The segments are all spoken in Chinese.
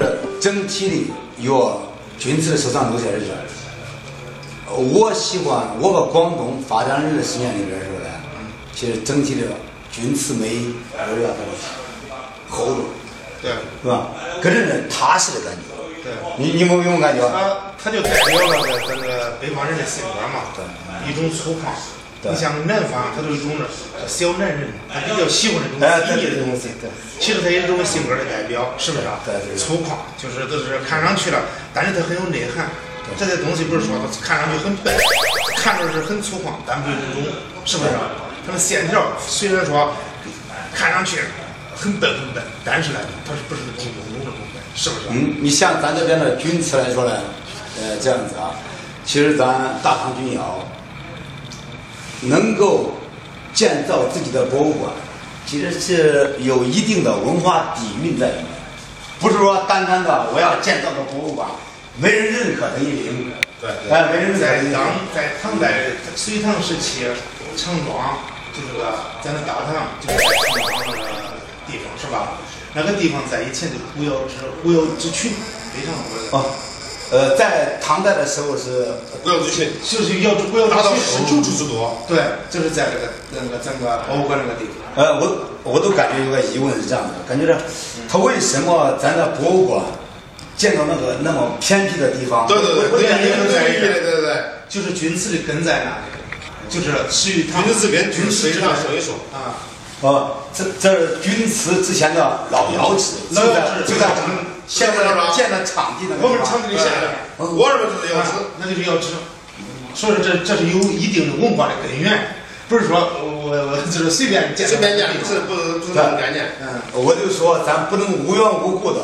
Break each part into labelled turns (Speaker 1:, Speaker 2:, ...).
Speaker 1: 呃整体的药君子收藏都在这儿。我喜欢我把广东发展二十年里边说呢，其实整体的钧瓷美味啊，它厚重，
Speaker 2: 对
Speaker 1: 是吧？给人的踏实的感觉。
Speaker 2: 对，
Speaker 1: 你你们有没有感觉？
Speaker 2: 他他就代表了咱个北方人的性格嘛，一种粗犷。
Speaker 1: 对
Speaker 2: 你像南方，他都有一种呃这小男人，他比较喜欢这种
Speaker 1: 哎对
Speaker 2: 细腻
Speaker 1: 对
Speaker 2: 的东西。
Speaker 1: 对对
Speaker 2: 其实他也是这种性格的代表，是不是啊？
Speaker 1: 对对对
Speaker 2: 粗犷就是就是看上去了，但是他很有内涵。这些东西不是说他看上去很笨，看着是很粗犷，但不是这种，是不是啊？他们线条虽然说看上去很笨很笨，但是呢，他是不是那种庸碌的东西，是不是啊？
Speaker 1: 嗯，你像咱这边的钧瓷来说呢，呃，这样子啊，其实咱大唐钧窑能够建造自己的博物馆，其实是有一定的文化底蕴在里面，不是说单单的我要建造个博物馆，没人认可等于零。
Speaker 2: 对对
Speaker 1: 哎，没人认可
Speaker 2: 在
Speaker 1: 等于零
Speaker 2: 唐。在唐代隋唐时期，城庄就是个咱的大唐，就是在城庄那个地方是吧？那个地方在以前就狐妖之狐妖之群非常多
Speaker 1: 哦，呃，在唐代的时候是
Speaker 2: 狐妖之群就是妖之狐妖之群
Speaker 3: 达到
Speaker 2: 是
Speaker 3: 19之之多。
Speaker 2: 对，就是在这个那个咱个博物馆那个地方。
Speaker 1: 呃，我我都感觉有个疑问是这样的，感觉到
Speaker 3: 嗯
Speaker 1: 他为什么咱的博物馆建到那个那么偏僻的地方？
Speaker 3: 对对对，
Speaker 1: 我
Speaker 3: 我
Speaker 1: 我
Speaker 3: 也
Speaker 1: 感觉
Speaker 3: 对
Speaker 1: 就是
Speaker 3: 对对对对，
Speaker 2: 就是钧瓷的根在哪里？就是始于唐，
Speaker 3: 君子跟君
Speaker 2: 钧
Speaker 3: 子
Speaker 2: 瓷
Speaker 3: 一
Speaker 2: 之
Speaker 3: 上
Speaker 2: 道
Speaker 3: 说一说，
Speaker 2: 啊，
Speaker 1: 哦，这这是钧瓷之前的老窑址，
Speaker 2: 老
Speaker 1: 就
Speaker 2: 窑
Speaker 1: 在
Speaker 2: 址
Speaker 1: 就在
Speaker 2: 这
Speaker 1: 我
Speaker 2: 个
Speaker 1: 们现在
Speaker 3: 这个
Speaker 1: 建的场地那个地
Speaker 3: 我们
Speaker 1: 方
Speaker 3: 厂子里下来，我认为这是要吃。
Speaker 2: 那就是要知，所以说这这是有一定的文化的根源，不是说我我就是随便建
Speaker 3: 随便讲，
Speaker 2: 的
Speaker 3: 不是不是不是那么概念。
Speaker 2: 嗯，
Speaker 1: 我就说咱不能无缘无故的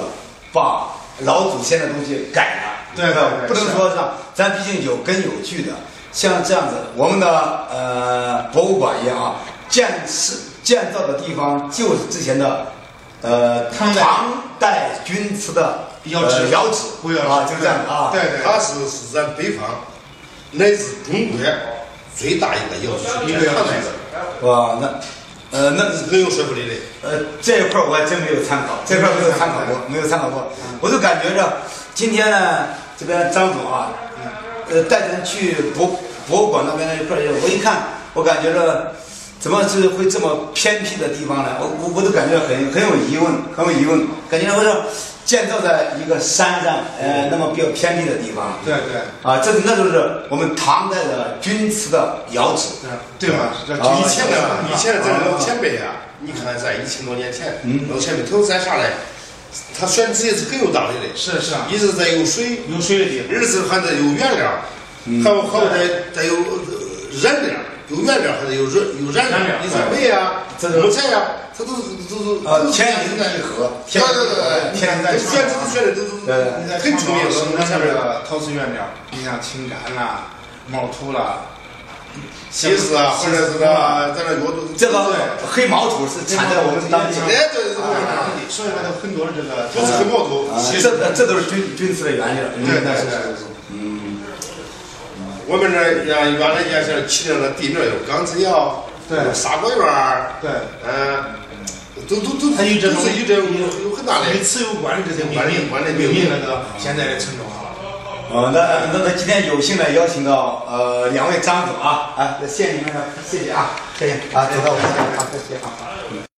Speaker 1: 把老祖先的东西改了，
Speaker 2: 对对对
Speaker 1: 不能
Speaker 2: 是
Speaker 1: 说是吧，咱毕竟有根有据的。像这样子，我们的呃博物馆一样啊，建是建造的地方就是之前的呃
Speaker 2: 唐代
Speaker 1: 代钧瓷的
Speaker 2: 窑
Speaker 1: 呃
Speaker 2: 址
Speaker 1: 窑址
Speaker 2: 古窑址
Speaker 1: 啊，就这样的啊。
Speaker 2: 对对
Speaker 3: 它是是咱北方乃至中国最大一个窑
Speaker 2: 一
Speaker 3: 区，
Speaker 2: 个窑区
Speaker 1: 哇，那呃那
Speaker 3: 很有说服力的。
Speaker 1: 呃，这一块儿我还真没有参考，这块儿没有参考过，没有参考过。我就感觉着今天呢，这边张总啊，呃，带咱去博博物馆那边那一块儿，我一看，我感觉着怎么是会这么偏僻的地方呢？我我我都感觉很很有疑问，很有疑问，感觉我说建造在一个山上，呃，那么比较偏僻的地方。
Speaker 2: 对对。
Speaker 1: 啊，这那就是我们唐代的钧瓷的窑址。
Speaker 2: 对吧？这
Speaker 1: 啊
Speaker 3: 以前的以前的咱
Speaker 2: 啊
Speaker 3: 老前辈啊，你看在一千多年前，老前辈头咱下来，他选职业是很有道理的。
Speaker 2: 是是啊
Speaker 3: 一是咱有水，
Speaker 2: 有水的地方，
Speaker 3: 二是还得有原料，还有还有得得有燃料，有原料还得有燃有燃料
Speaker 2: 燃料，
Speaker 3: 你说煤啊
Speaker 1: 这、是
Speaker 3: 木材啊，它都是都是
Speaker 1: 呃
Speaker 3: 都是
Speaker 1: 天然地和
Speaker 3: 对
Speaker 1: 天然
Speaker 3: 对
Speaker 1: 地
Speaker 3: 对，
Speaker 1: 和天然
Speaker 3: 地
Speaker 1: 地
Speaker 3: 选址选的都
Speaker 1: 对
Speaker 3: 都
Speaker 2: 你在
Speaker 3: 很
Speaker 2: 重
Speaker 3: 专业，
Speaker 2: 要生
Speaker 3: 我们
Speaker 2: 产这
Speaker 3: 前面
Speaker 2: 个陶瓷原料，你像青柑啦、毛肚啦、
Speaker 3: 西施啊，或者是
Speaker 2: 西施啊
Speaker 3: 个咱这药都
Speaker 1: 这个黑毛土是产在我们当地
Speaker 3: 哎。对对对对。
Speaker 2: 所以说有很多的这个
Speaker 3: 不是很矛盾。
Speaker 1: 啊，
Speaker 3: 其实
Speaker 1: 这这都是军军事的原料。嗯
Speaker 3: 对对
Speaker 1: 是
Speaker 3: 对
Speaker 1: 是是
Speaker 3: 我们这儿原来也是起的那地名有钢丝窑，
Speaker 2: 对
Speaker 3: 砂锅院儿，
Speaker 2: 对
Speaker 3: 嗯，都都都
Speaker 2: 它有这
Speaker 3: 都
Speaker 2: 种
Speaker 3: 是有这种有有很大的
Speaker 2: 与此有关的这些
Speaker 3: 关联关联
Speaker 2: 命运那个现在的城中啊。
Speaker 1: 哦，那那那今天有幸的邀请到呃两位张总啊，啊，那谢谢你们，谢谢啊，谢谢啊，走到我们这边啊，谢谢啊。